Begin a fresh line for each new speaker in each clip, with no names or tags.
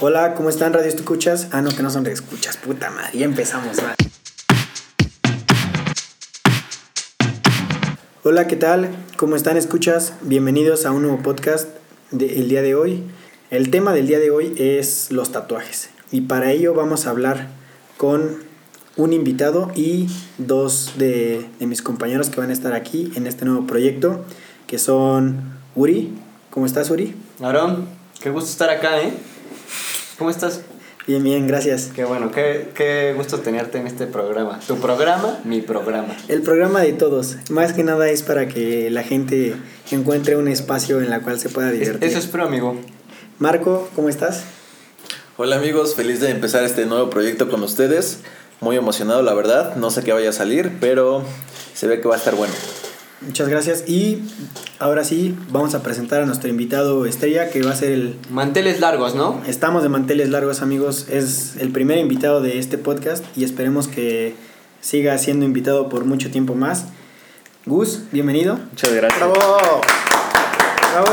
Hola, ¿cómo están? Radio Escuchas. Ah, no, que no son escuchas, puta madre. Ya empezamos. va. Hola, ¿qué tal? ¿Cómo están? Escuchas. Bienvenidos a un nuevo podcast del día de hoy. El tema del día de hoy es los tatuajes. Y para ello vamos a hablar con un invitado y dos de, de mis compañeros que van a estar aquí en este nuevo proyecto, que son Uri. ¿Cómo estás, Uri?
Aarón, qué gusto estar acá, ¿eh? ¿Cómo estás?
Bien, bien, gracias.
Qué bueno, qué, qué gusto tenerte en este programa. Tu programa, mi programa.
El programa de todos, más que nada es para que la gente encuentre un espacio en la cual se pueda
Es-
divertir.
eso espero, amigo.
Marco, ¿cómo estás?
Hola amigos, feliz de empezar este nuevo proyecto con ustedes. Muy emocionado, la verdad. No sé qué vaya a salir, pero se ve que va a estar bueno.
Muchas gracias y ahora sí vamos a presentar a nuestro invitado estrella que va a ser el...
Manteles largos, ¿no?
Estamos de manteles largos amigos, es el primer invitado de este podcast y esperemos que siga siendo invitado por mucho tiempo más. Gus, bienvenido.
Muchas gracias.
Bravo.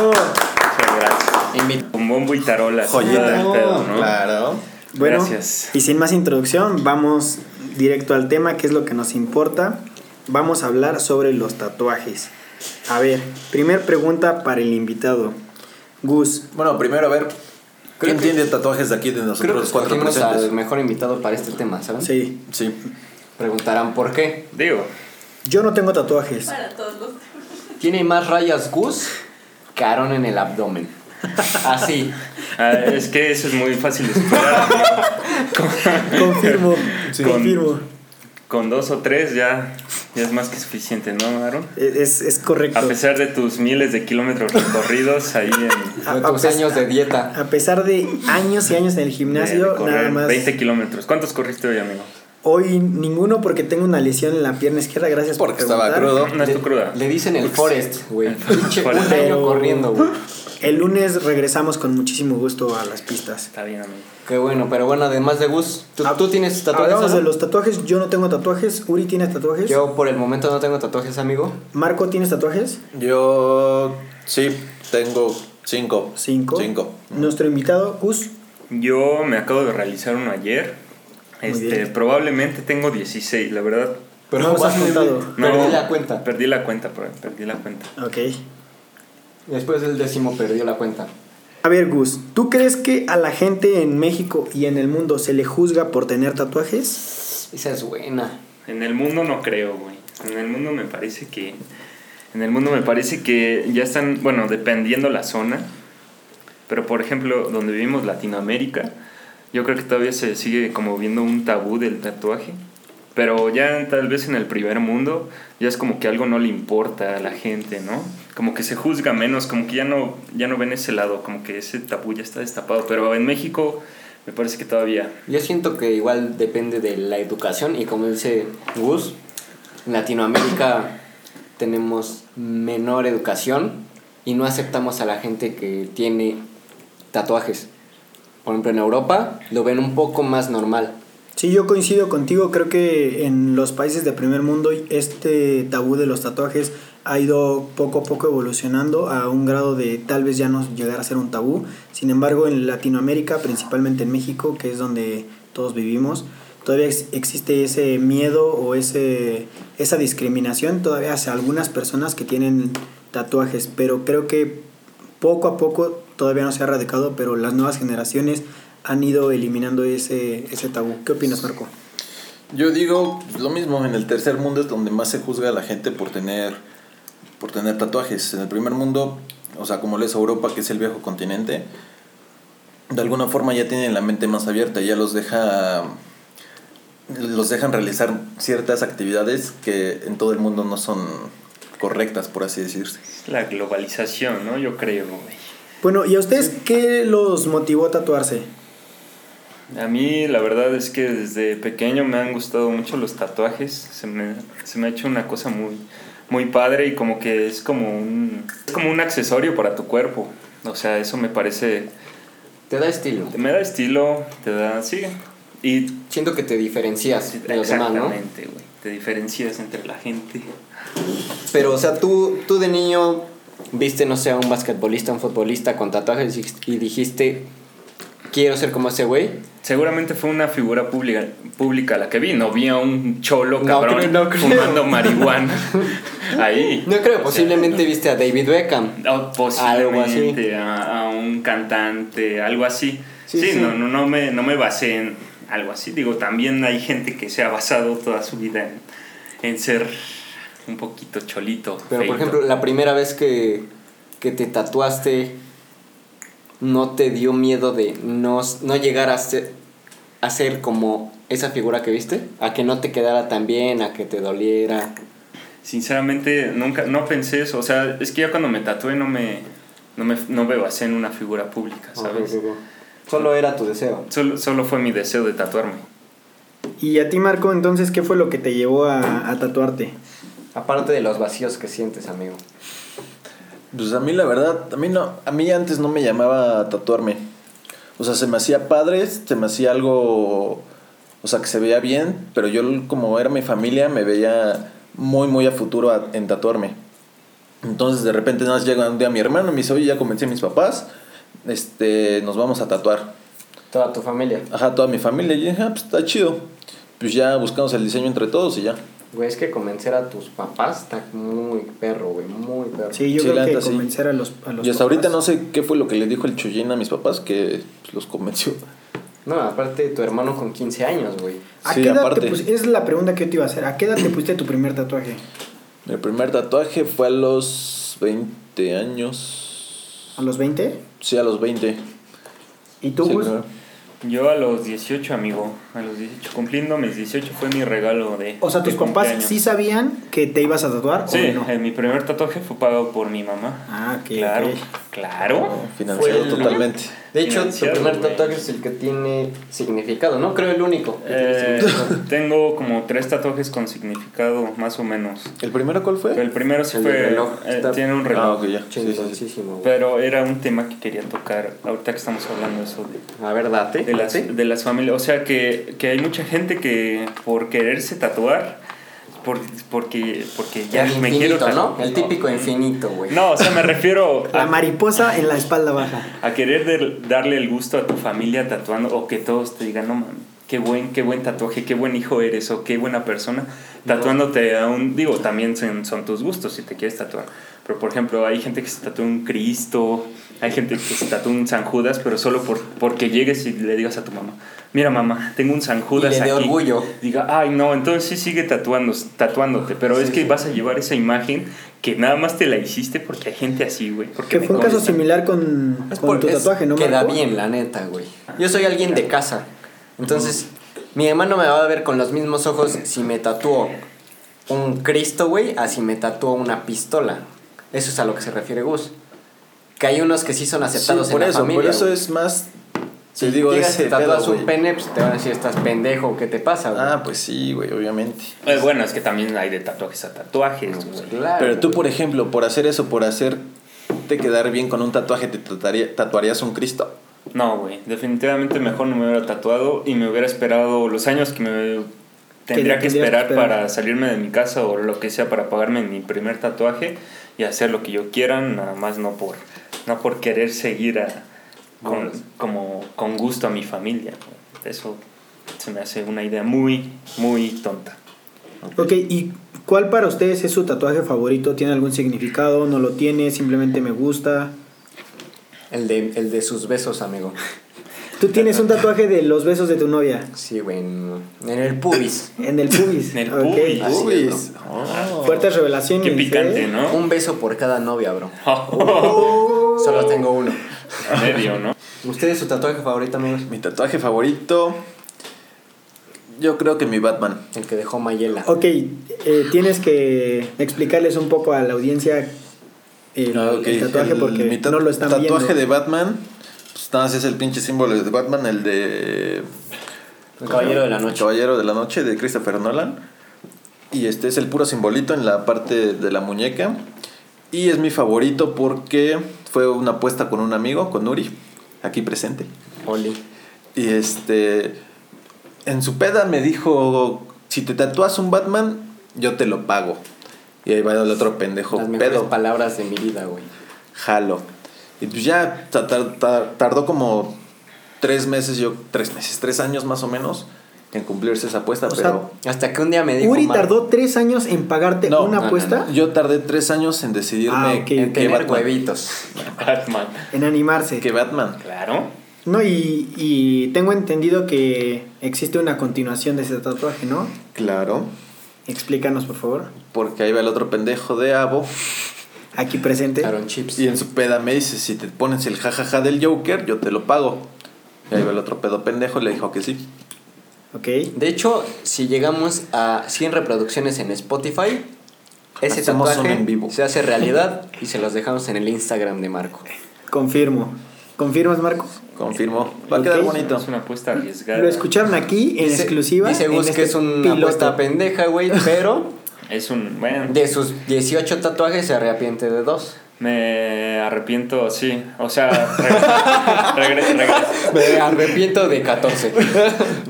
Muchas gracias.
Invito.
Con bombo y tarola.
Joyita.
sin pedo, ¿no?
Claro.
Bueno,
Gracias.
y sin más introducción, vamos directo al tema, que es lo que nos importa. Vamos a hablar sobre los tatuajes. A ver, primer pregunta para el invitado. Gus,
Bueno, primero a ver, ¿quién
que-
tiene tatuajes de aquí de
Creo que
nosotros cuatro
escogimos al
presentes?
mejor invitado para este tema, ¿saben?
sí,
Sí.
Preguntarán por qué.
Digo,
yo no tengo tatuajes.
Para todos los.
Tiene más rayas Gus que Aarón en el abdomen. Así.
ah, es que eso es muy fácil de superar.
Confirmo,
Sí.
confirmo.
Con dos o tres ya, ya es más que suficiente, ¿no, Aaron?
E, Es, es
A
correcto.
pesar de tus miles de kilómetros recorridos ahí en
A-
De
a
tus
pes-
años de dieta.
A pesar de años y años en el
de
gimnasio,
recorrer
nada más.
20 kilómetros. ¿Cuántos corriste hoy, amigo?
Hoy ninguno porque tengo una lesión en la pierna izquierda, gracias por
Porque estaba
preguntar.
crudo.
No es tu cruda.
Le dicen el Forest, güey. Pinche, Un
Forest.
año corriendo, güey.
El lunes regresamos con muchísimo gusto a las pistas.
Está bien, amigo.
Qué bueno, pero bueno, además de Gus, ¿tú,
Ah,
tú tienes tatuajes?
Hablamos de
Aarón?
los tatuajes. Yo no tengo tatuajes. Uri tiene tatuajes.
Yo por el momento no tengo tatuajes, amigo.
Marco, ¿tienes tatuajes?
Yo sí, tengo cinco.
Cinco.
Cinco.
Nuestro invitado, Gus.
Yo me acabo de realizar uno ayer.
Muy
Este,
bien.
probablemente tengo 16, la verdad.
Pero no nos has contado.
Perdí la cuenta.
Perdí la cuenta, por- perdí la cuenta.
Ok.
Después del décimo perdió la cuenta.
A ver, Gus, ¿tú crees que a la gente en México y en el mundo se le juzga por tener tatuajes?
Esa es buena.
En el mundo no creo, güey. En el mundo me parece que. En el mundo me parece que ya están, bueno, dependiendo la zona. Pero por ejemplo, donde vivimos Latinoamérica, yo creo que todavía se sigue como viendo un tabú del tatuaje. Pero ya tal vez en el primer mundo ya es como que algo no le importa a la gente, ¿no? Como que se juzga menos, como que ya no, ya no ven ese lado, como que ese tabú ya está destapado. Pero en México me parece que todavía
Yo siento que igual depende de la educación y como dice Gus, en Latinoamérica tenemos menor educación y no aceptamos a la gente que tiene tatuajes. Por ejemplo, en Europa lo ven un poco más normal.
Sí, yo coincido contigo. Creo que en los países de primer mundo este tabú de los tatuajes ha ido poco a poco evolucionando a un grado de tal vez ya no llegar a ser un tabú. Sin embargo, en Latinoamérica, principalmente en México, que es donde todos vivimos, todavía ex- existe ese miedo o ese, esa discriminación todavía hacia algunas personas que tienen tatuajes. Pero creo que poco a poco todavía no se ha erradicado, pero las nuevas generaciones han ido eliminando ese, ese tabú. ¿Qué opinas, Marco?
Yo digo pues, lo mismo, en el tercer mundo es donde más se juzga a la gente por tener, por tener tatuajes. En el primer mundo, o sea, como les Europa, que es el viejo continente, de alguna forma ya tienen la mente más abierta, ya los deja los dejan realizar ciertas actividades que en todo el mundo no son correctas, por así decirse.
es la globalización, ¿no? Yo creo, güey.
Bueno, ¿y a ustedes qué los motivó a tatuarse?
A mí la verdad es que desde pequeño me han gustado mucho los tatuajes, se me, se me ha hecho una cosa muy, muy padre y como que es como un, es como un accesorio para tu cuerpo. O sea, eso me parece,
Te da estilo.
me da estilo, te da, sí, y
Siento que te diferencias de los demás, ¿no?
exactamente, güey, te diferencias entre la gente.
Pero, o sea, tú, tú de niño viste, no sé, a un basquetbolista, un futbolista con tatuajes y, y dijiste, quiero ser como ese güey.
Seguramente fue una figura pública, pública la que vi. No vi a un cholo
No
cabrón
creo, no creo.
fumando marihuana ahí.
No creo, posiblemente viste a David Beckham.
O
Algo así.
posiblemente a, a un cantante, algo así.
Sí,
Sí,
sí.
No, no, no, me, no me basé en algo así. Digo, también hay gente que se ha basado toda su vida en, en ser un poquito cholito.
Pero
feito.
por ejemplo, la primera vez que, que te tatuaste, ¿no te dio miedo de no, no llegar a ser, a ser como esa figura que viste? ¿A que no te quedara tan bien? ¿A que te doliera?
Sinceramente, nunca, no pensé eso. O sea, es que ya cuando me tatué no me, no me, no me basé en una figura pública, ¿sabes?
Solo era tu deseo.
Solo, solo fue mi deseo de tatuarme.
Y a ti, Marco, entonces, ¿qué fue lo que te llevó a, a tatuarte?
Aparte de los vacíos que sientes, amigo.
Pues a mí la verdad, a mí no, a mí antes no me llamaba tatuarme. O sea, se me hacía padre, se me hacía algo, o sea, que se veía bien, pero yo como era mi familia me veía muy, muy a futuro a- en tatuarme. Entonces de repente nada más llega un día mi hermano y me dice, oye, ya convencí a mis papás, este, nos vamos a tatuar.
Toda tu familia.
Ajá, toda mi familia, y dije, ah, pues está chido. Pues ya buscamos el diseño entre todos y ya.
Güey, es que convencer a tus papás está muy perro, güey. Muy perro.
Sí, yo
Sí, la
creo que
neta, sí.
convencer a los, a los
Y hasta
papás.
ahorita no sé qué fue lo que le dijo el Chuyín a mis papás, que pues, los convenció.
No, aparte tu hermano con 15 años, güey.
¿A
Sí,
qué edad
aparte.
te pus- es la pregunta que yo te iba a hacer. ¿A qué edad te pusiste tu primer tatuaje?
Mi primer tatuaje fue a los 20 años.
¿A los 20?
Sí, a los 20.
¿Y tú,
Sí,
Gus?
claro.
Yo a los 18, amigo, a los 18, cumpliendo mis 18 fue mi regalo de.
O sea,
de
¿tus papás
cumpleaños.
sí sabían que te ibas a tatuar
Sí,
o no?
eh, mi primer tatuaje fue pagado por mi mamá.
Ah, ok,
Claro,
ok. Oh,
claro.
Financiado
Fue el-
totalmente.
De hecho, tu
Financiado,
primer
güey.
tatuaje es el que tiene significado, ¿no? Creo el único.
Eh, tengo como tres tatuajes con significado, más o menos.
¿El primero cuál fue?
Pero el primero sí
El
fue.
del reloj.
eh,
Está-
tiene un reloj.
Ah, ok, ya. Sí, sí, sí.
Chingoncísimo, güey.
Pero era un tema que quería tocar ahorita que estamos hablando de eso de
A ver, date.
de las,
date.
de las familias. O sea, que, que hay mucha gente que por quererse tatuar, por, porque, porque ya
El
me quiero
infinito,
tatuar.
¿no? El típico infinito, güey.
No, o sea, me refiero
La
a,
mariposa en la espalda baja.
a querer de- darle el gusto a tu familia tatuando o que todos te digan, no mami, qué buen, qué buen tatuaje, qué buen hijo eres o qué buena persona. Tatuándote a un, digo, también son, son tus gustos si te quieres tatuar. Pero por ejemplo, hay gente que se tatúa un Cristo, hay gente que se tatúa un San Judas, pero solo por, porque llegues y le digas a tu mamá, mira mamá, tengo un San Judas.
le dé
aquí".
orgullo.
Diga, ay no, entonces sí sigue tatuando, tatuándote, pero es que vas a llevar esa imagen que nada más te la hiciste porque hay gente así, güey. porque
Que
me
fue un caso
consta.
similar con,
Es
con
por-
tu
es-
tatuaje, ¿no,
Queda
Marco?
bien, la neta, güey. Yo soy alguien de casa. Entonces, mi hermano me va a ver con los mismos ojos si me tatúo un Cristo, güey, a si me tatúo una pistola. Eso es a lo que se refiere Gus. Que hay unos que sí son
Sí,
aceptados
por
en
eso,
la familia.
por eso
güey.
es más.
Si
Te digo de
llegas y
ese
te tatúas
pedo,
un
güey.
pene, pues te van a decir, estás pendejo, ¿qué te pasa, güey?
Ah, pues sí, güey, obviamente.
Eh, bueno, es que también hay de tatuajes a tatuajes.
Pues
güey.
claro,
Pero tú,
güey.
por ejemplo, por hacer eso, por hacerte quedar bien con un tatuaje, ¿te tatuaría- tatuarías un Cristo?
No, güey. Definitivamente mejor no me hubiera tatuado y me hubiera esperado los años que me
Que
tendría que
tendrías que
esperar,
esperar.
para salirme de mi casa o lo que sea para pagarme mi primer tatuaje y hacer lo que yo quiera, nada más no por, no por querer seguir a- con,
pues.
como, con gusto a mi familia. güey. Eso se me hace una idea muy, muy tonta.
Ok, ¿y cuál para ustedes es su tatuaje favorito? ¿Tiene algún significado? ¿No lo tiene? ¿Simplemente me gusta?
El de, el de sus besos, amigo.
Tú tienes un tatuaje de los besos de tu novia.
Sí, güey, en, en el pubis.
En el pubis.
En el
ok.
Ah,
pubis.
Así
Uy,
es, bro.
oh.
Fuertes revelaciones.
Qué picante,
¿eh?
¿no?
Un beso por cada novia, bro. Solo tengo uno.
Medio, ¿no?
¿Ustedes su tatuaje favorito, amigos?
Mi tatuaje favorito. Yo creo que mi Batman.
El que dejó Mayela.
Ok, eh, tienes que explicarles un poco a la audiencia el,
Ah, ok.
el tatuaje
El-
porque
mi ta-
no lo están
tatuaje
viendo.
de Batman, pues nada más es el pinche símbolo de Batman, el de...
El caballero de la noche.
Caballero de la Noche de Christopher Nolan. Y este es el puro simbolito en la parte de la muñeca. Y es mi favorito porque fue una apuesta con un amigo, con Uri, aquí presente.
Oli.
Y este. En su peda me dijo: Si te tatúas un Batman, yo te lo pago. Y ahí va el otro pendejo:
Las mejores
pedo,
palabras de mi vida, güey.
jalo. Y pues ya ta- ta- ta- tardó como tres meses, yo, tres meses, tres años más o menos en cumplirse esa apuesta,
O sea,
pero
Hasta que un día me dijo.
Uri
Marco,
tardó tres años en pagarte
No,
una
no, no,
apuesta
yo tardé tres años en decidirme
Ah, ok,
qué
en tener
Batman.
huevitos.
Batman.
en animarse.
Que Batman.
Claro.
No, y, y tengo entendido que existe una continuación de ese tatuaje, ¿no?
Claro.
Explícanos, por favor.
Porque ahí va el otro pendejo de Abo.
Aquí presente.
Aaron Chips.
Y en su peda me dice, si te pones el jajaja del Joker, yo te lo pago. Y ahí va el otro pedo pendejo y le dijo que sí.
Ok.
De hecho, si llegamos a 100 reproducciones en Spotify, ese
Hacemos
tatuaje
un en vivo.
se hace realidad y se los dejamos en el Instagram de Marco.
Confirmo. ¿Confirmas, Marco?
Confirmó. Va a quedar
Ok.
bonito.
Es una apuesta arriesgada.
Lo escucharon aquí en
Dice-
exclusiva.
Dice
en
Gus
este
que es una
piloto.
apuesta pendeja, güey, pero
Es un. Bueno,
de sus 18 tatuajes se arrepiente de dos.
me arrepiento, sí. O sea, re- regre- regre-
Me arrepiento de 14.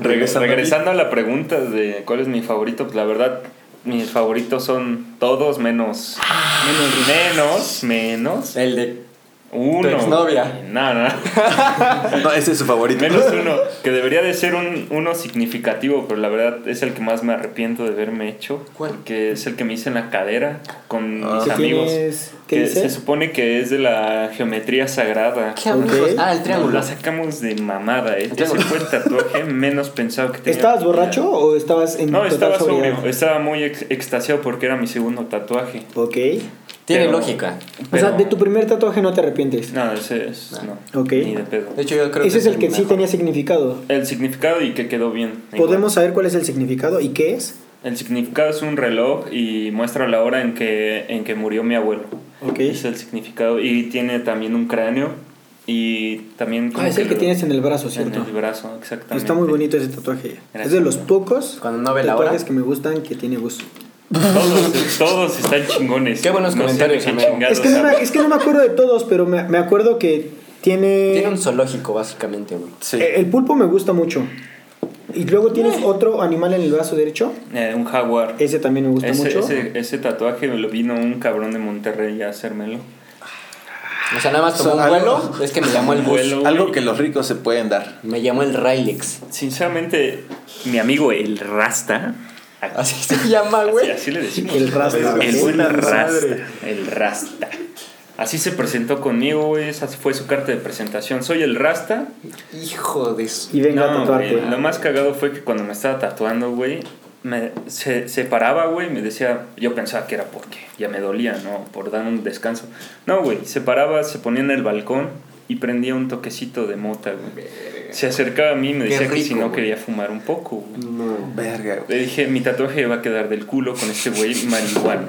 regre- regresando a la pregunta de cuál es mi favorito, pues la verdad, mis favoritos son todos menos. Menos, menos, menos.
El de
Uno.
exnovia.
No, no.
No, ese es su favorito.
Menos uno, que debería de ser un, uno significativo, pero la verdad es el que más me arrepiento de haberme hecho.
¿Cuál?
Que es el que me hice en la cadera con
Ah.
mis
¿Qué
amigos.
tienes? ¿Qué
Que
dice?
se supone que es de la geometría sagrada.
¿Qué amigos?
Ok.
Ah, el
Nos
triángulo.
la sacamos de mamada, ¿eh?
El
Ese
triángulo.
fue el tatuaje menos pensado que tenía.
¿Estabas borracho o estabas en
No,
total
estaba
sobriedad?
sobrio. Estaba muy ex- extasiado porque era mi segundo tatuaje.
Ok.
Tiene
Pero-
lógica.
O sea,
Pero-
de tu primer tatuaje no te arrepientes.
No, ese es. No.
Ok.
Ni de pedo.
Ah. De hecho, yo creo
Ese es el que sí
mejor.
tenía significado.
El significado y que quedó bien.
¿Podemos saber cuál es el significado y qué es?
El significado es un reloj y muestra la hora en que, en que murió mi abuelo.
Ok.
Es el significado. Y tiene también un cráneo y también... como
Ah, es el que
lo-
tienes en el brazo,
en
¿cierto?
el brazo, exactamente.
Pues Está muy bonito ese tatuaje.
Gracias.
Es de los pocos
Cuando no ve la
tatuajes
hora.
que me gustan que tiene Gus.
Todos, todos están chingones.
Qué buenos comentarios,
de qué
amigo.
chingados
Es que, no me,
hablas.
es que no me acuerdo de todos, pero me, me acuerdo que tiene...
Tiene un zoológico, básicamente, güey.
Sí.
Eh, El pulpo me gusta mucho. Y luego
Eh.
tienes otro animal en el brazo derecho.
Eh, un jaguar.
Ese también me gusta
ese,
mucho.
Ese, ese tatuaje me lo vino un cabrón de Monterrey a hacérmelo.
O sea, nada más tomó
O sea,
un
algo-
vuelo. Es que me llamó el
Un
vuelo.
vuelo.
Algo que los ricos se pueden dar.
Me llamó el Railex.
Sinceramente, mi amigo el Rasta...
Así se llama,
Así,
güey.
así le decimos.
El rasta.
El
¿ok?
buen rasta.
madre.
El rasta. Así se presentó conmigo, güey. Esa fue su carta de presentación. Soy el rasta.
Hijo de su.
Y venga a
No,
tatuarte.
güey, Lo más cagado fue que cuando me estaba tatuando, güey, me, se, se paraba, güey, me decía, yo pensaba que era porque ya me dolía, ¿no? Por dar un descanso. No, güey, se paraba, se ponía en el balcón y prendía un toquecito de mota, güey. Se acercaba a mí y me
Qué
decía que
rico,
si no
güey.
quería fumar un poco, güey.
No.
Verga,
Le dije, mi tatuaje va a quedar del culo con este güey marihuano.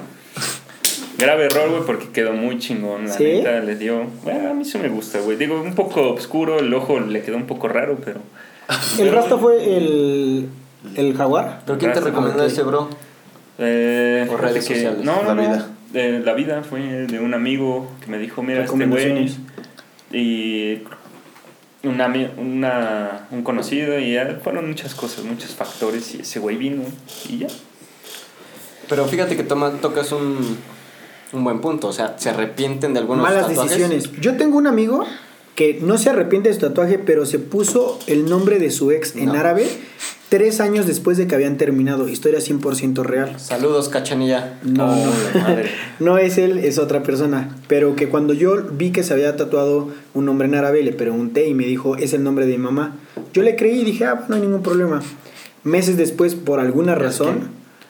Grave error, güey, porque quedó muy chingón. La
¿Sí?
neta le dio. Bueno, a mí eso me gusta, güey. Digo, un poco oscuro, el ojo le quedó un poco raro, pero.
El rasta fue el, el jaguar.
¿Pero quién te
Gracias,
recomendó
ok.
ese, bro?
Eh,
Por redes
fíjate
sociales.
No,
La
no, no.
vida.
Eh, la vida fue de un amigo que me dijo, mira, este güey.
Recomendaciones.
Y. Una, ami- una, un conocido, y ya fueron muchas cosas, muchos factores. Y ese güey vino, y ya.
Pero fíjate que toma, tocas un, un buen punto. O sea, se arrepienten de algunos
Malas
tatuajes.
decisiones. Yo tengo un amigo que no se arrepiente de su tatuaje, pero se puso el nombre de su ex en
No.
árabe tres años después de que habían terminado. Historia 100% real.
Saludos, Cachanilla.
No,
Oh,
no.
la madre.
No es él, es otra persona. Pero que cuando yo vi que se había tatuado un nombre en árabe, le pregunté y me dijo, es el nombre de mi mamá. Yo le creí y dije, ah, no hay ningún problema. Meses después, por alguna razón,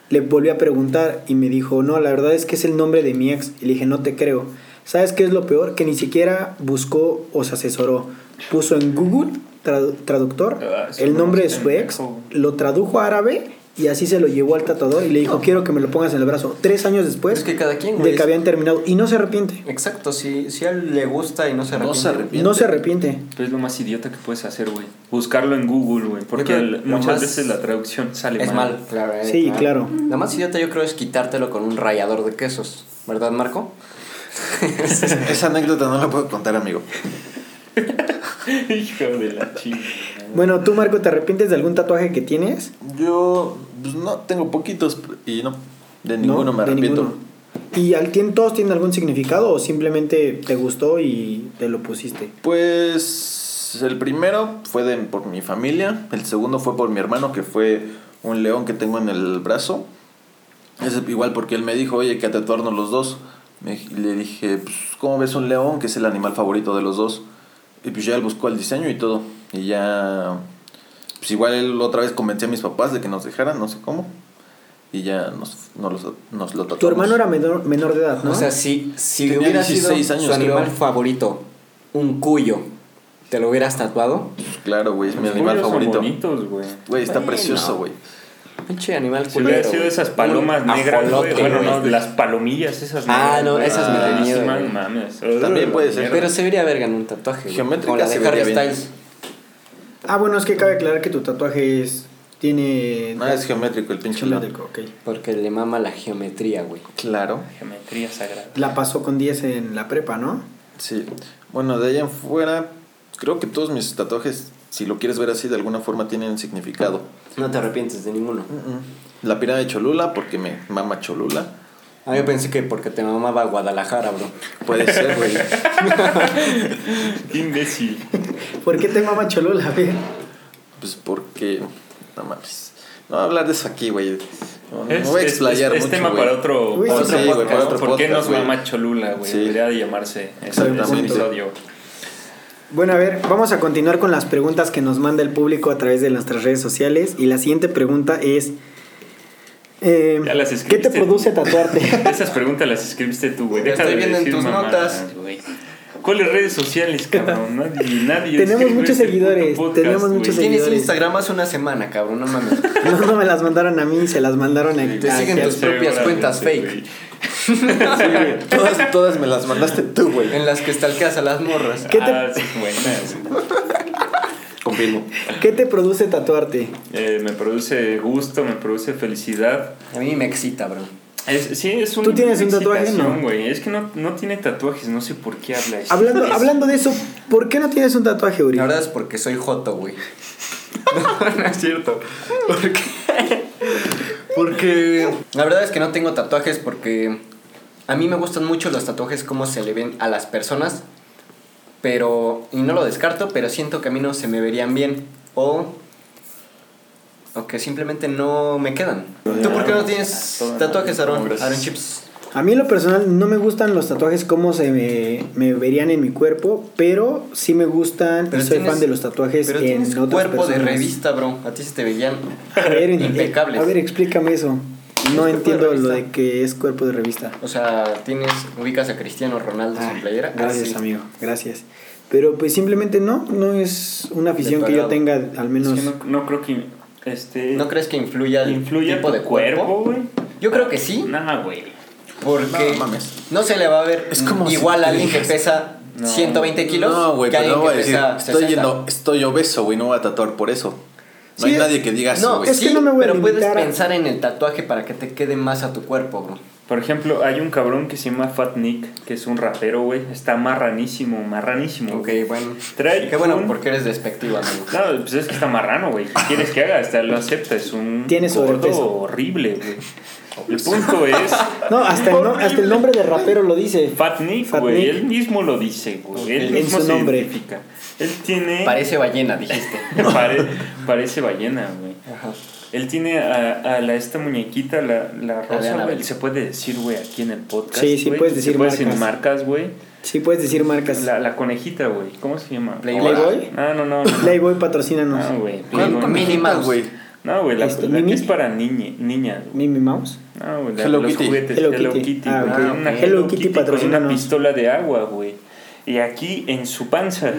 le volví a preguntar y me dijo, no, la verdad es que es el nombre de mi ex. Y le dije, no te creo. ¿Sabes qué es lo peor? Que ni siquiera buscó o se asesoró. Puso en Google tradu- traductor
Ah, eso
el
no
nombre de
sé,
su ex,
pendejo.
lo tradujo a árabe y así se lo llevó al tatuador y le dijo, quiero que me lo pongas en el brazo. Tres años después
Es que cada quien, güey,
Pues, de que
es-
habían terminado y no se arrepiente.
Exacto, si, si a él le gusta y no se
No
arrepiente.
se arrepiente.
No se arrepiente.
Pero es lo más idiota que puedes hacer, güey. Buscarlo en Google, güey. Porque
creo que
el-
lo
muchas
más
veces la traducción sale
Es
mal.
mal, claro. eh,
Sí, claro.
Lo más idiota yo creo es quitártelo con un rallador de quesos. ¿Verdad, Marco?
Esa anécdota no la puedo contar, amigo.
Hijo de la chingada.
Bueno, tú Marco, ¿te arrepientes de algún tatuaje que tienes?
Yo pues, no tengo poquitos y no, de ninguno
No,
me
de
arrepiento.
ninguno. ¿Y al tien- todos tienen algún significado o simplemente te gustó y te lo pusiste?
Pues Pues el primero fue de, por mi familia, el segundo fue por mi hermano, que fue un león que tengo en el brazo. Es igual porque él me dijo, oye, hay que tatuarnos los dos. Me- le dije, pues, ¿cómo ves un león? Que es el animal favorito de los dos. Y pues ya él buscó el diseño y todo. Y ya, pues igual él otra vez convencí a mis papás de que nos dejaran, no sé cómo. Y ya nos, nos, lo- nos lo tatuamos.
Tu hermano era menor, menor de edad, ¿no?
O sea, si, si
Tenía
hubiera sido
16 años,
su animal
creo.
favorito, un cuyo, ¿te lo hubieras tatuado?
Pues, claro, güey, es mi
Los
animal
pollos son
favorito.
bonitos, güey.
Güey, está
Bueno.
precioso, güey.
Pinche animal
Si hubiera
culero,
sido
güey.
esas palomas
Un
negras, güey.
ajolote,
Bueno, no,
güey.
las palomillas esas
Ah, no, esas me
güey.
tenía,
Sí,
güey.
man, mames.
También puede ser.
Pero se vería verga en un tatuaje. güey.
Geométrica
Como la de
se vería
Harry
bien.
Styles.
Ah, bueno, es que cabe aclarar que tu tatuaje es, tiene...
Ah, es geométrico el pinche león.
geométrico, ok.
Porque le mama la geometría, güey.
Claro.
Geometría sagrada.
La pasó con 10 en la prepa, ¿no?
Sí. Bueno, de allá en fuera, creo que todos mis tatuajes, si lo quieres ver así, de alguna forma tienen significado.
No te arrepientes de ninguno.
Mm-mm. La pirámide de Cholula, porque me mama Cholula.
Ah, yo pensé que porque te mamaba Guadalajara, bro.
Puede ser, güey.
Qué imbécil.
¿Por qué te mama Cholula? A ver.
Pues porque. No mames. No voy a hablar de eso aquí, güey. No, no
Es-
voy a
es-
explayar
es, es
mucho,
tema
güey.
para otro,
Uy,
para
sí,
otro
sí,
güey,
podcast.
para otro
¿Por qué
podcast,
nos
güey.
mama Cholula, güey?
Sí.
Debería de llamarse ese- ese
Exactamente.
episodio.
Bueno, a ver, vamos a continuar con las preguntas que nos manda el público a través de nuestras redes sociales. Y la siguiente pregunta es... eh,
Ya las
¿Qué te
escribiste.
produce tatuarte?
Esas preguntas las escribiste tú, güey.
Las
Deja
estoy
de
viendo en
decir
tus
mamadas,
notas.
güey. ¿Cuáles redes sociales, cabrón? Nadie, nadie
Tenemos
escribe
muchos
este puto
seguidores, tenemos
güey.
muchos
Tienes
Seguidores.
Instagram hace una semana, cabrón, no mames.
no, no me las mandaron a mí, se las mandaron a...
Te
a-
siguen tus
a-
propias
Seguramente,
cuentas fake.
güey.
Sí, güey. todas, todas me las mandaste tú, güey.
En las que stalkeas a las morras.
¿Qué te-
Ah, sí, buenas, güey.
Confirmo.
¿Qué te produce tatuarte?
Eh, me produce gusto, me produce felicidad.
A mí me excita, bro.
Es, sí, es un,
¿Tú tienes un tatuaje,
excitación,
no?
güey. Es que no, no tiene tatuajes, no sé por qué habla eso.
Hablando,
Es-
hablando de eso, ¿por qué no tienes un tatuaje, Uri?
La verdad es porque soy joto, güey. No, no es cierto. ¿Por qué? Porque la verdad es que no tengo tatuajes porque a mí me gustan mucho los tatuajes como se le ven a las personas, pero y no lo descarto, pero siento que a mí no se me verían bien o o que simplemente no me quedan. ¿Tú por qué no tienes tatuajes, Aaron? Aaron Chips.
A mí en lo personal no me gustan los tatuajes como se me, me verían en mi cuerpo, pero sí me gustan y
Pero
soy
tienes-
fan de los tatuajes
Pero
en
tienes
otras
cuerpo de
personas.
revista, bro. A ti se te veían
A ver, en-
impecables.
A ver, explícame eso. No
¿Es cuerpo de
entiendo lo
revista?
de que es cuerpo de revista.
O sea, tienes, ubicas a Cristiano Ronaldo en
Ah,
su playera.
Gracias,
Así.
amigo. Gracias. Pero pues simplemente no, no es una afición que yo
Preparado.
tenga, al
es
menos.
que no, no creo que este,
¿No crees que influya el
influya
tipo
tu
de cuerpo?
güey.
Yo creo que sí,
Nah, güey.
porque
No, mames.
no se le va a ver
Es como si
igual
te
a alguien que
dijeras-
pesa 120 kilos
No, güey,
que
pero
alguien
no voy a
que
decir.
pesa
Estoy,
60.
yendo, estoy obeso, güey, no voy a tatuar por eso. No
Sí,
hay nadie que diga eso,
No,
güey.
es
sí,
que no me voy a
pero puedes
limitar a-
pensar en el tatuaje para que te quede más a tu cuerpo, bro.
Por ejemplo, hay un cabrón que se llama Fat Nick, que es un rapero, güey. Está marranísimo, marranísimo.
Ok,
güey.
bueno.
Trae
Qué bueno,
un-
porque eres despectivo, amigo.
No, pues es que está marrano, güey. ¿Qué quieres que haga? Hasta lo acepta. Es un
Tiene sobrepeso.
gordo horrible, güey. El punto es...
No, hasta el, no- hasta el nombre de rapero lo dice.
Fat Nick,
Fat
güey.
Nick.
Él mismo lo dice, güey.
En
Él mismo
su
se
nombre.
identifica. Él tiene...
Parece ballena, dijiste.
Pare- parece ballena, güey.
Ajá.
Él tiene a, a la, esta muñequita, la, la rosa,
Anabel.
güey. Se puede decir, güey, aquí en el podcast.
Sí, sí,
güey?
puedes decir
Se puede decir
marcas.
marcas, güey.
Sí, puedes decir marcas.
La, la conejita, güey. ¿Cómo se llama?
Playboy.
Playboy.
No, no, no. no.
Playboy, patrocínanos.
No, Ah, güey.
¿Cuál
Playboy.
conejita?
Minimal, güey.
No, güey, la,
Este,
la que
Mimi.
es para niña, niñas, güey.
Mimi Mouse.
No, güey, la-
Hello
Ah, los
Kitty.
juguetes.
Hello
Hello
Kitty.
Kitty,
Ah,
güey.
ok.
Una
Hello Kitty
con una
patrocínanos.
pistola de agua, güey. Y aquí en su panza,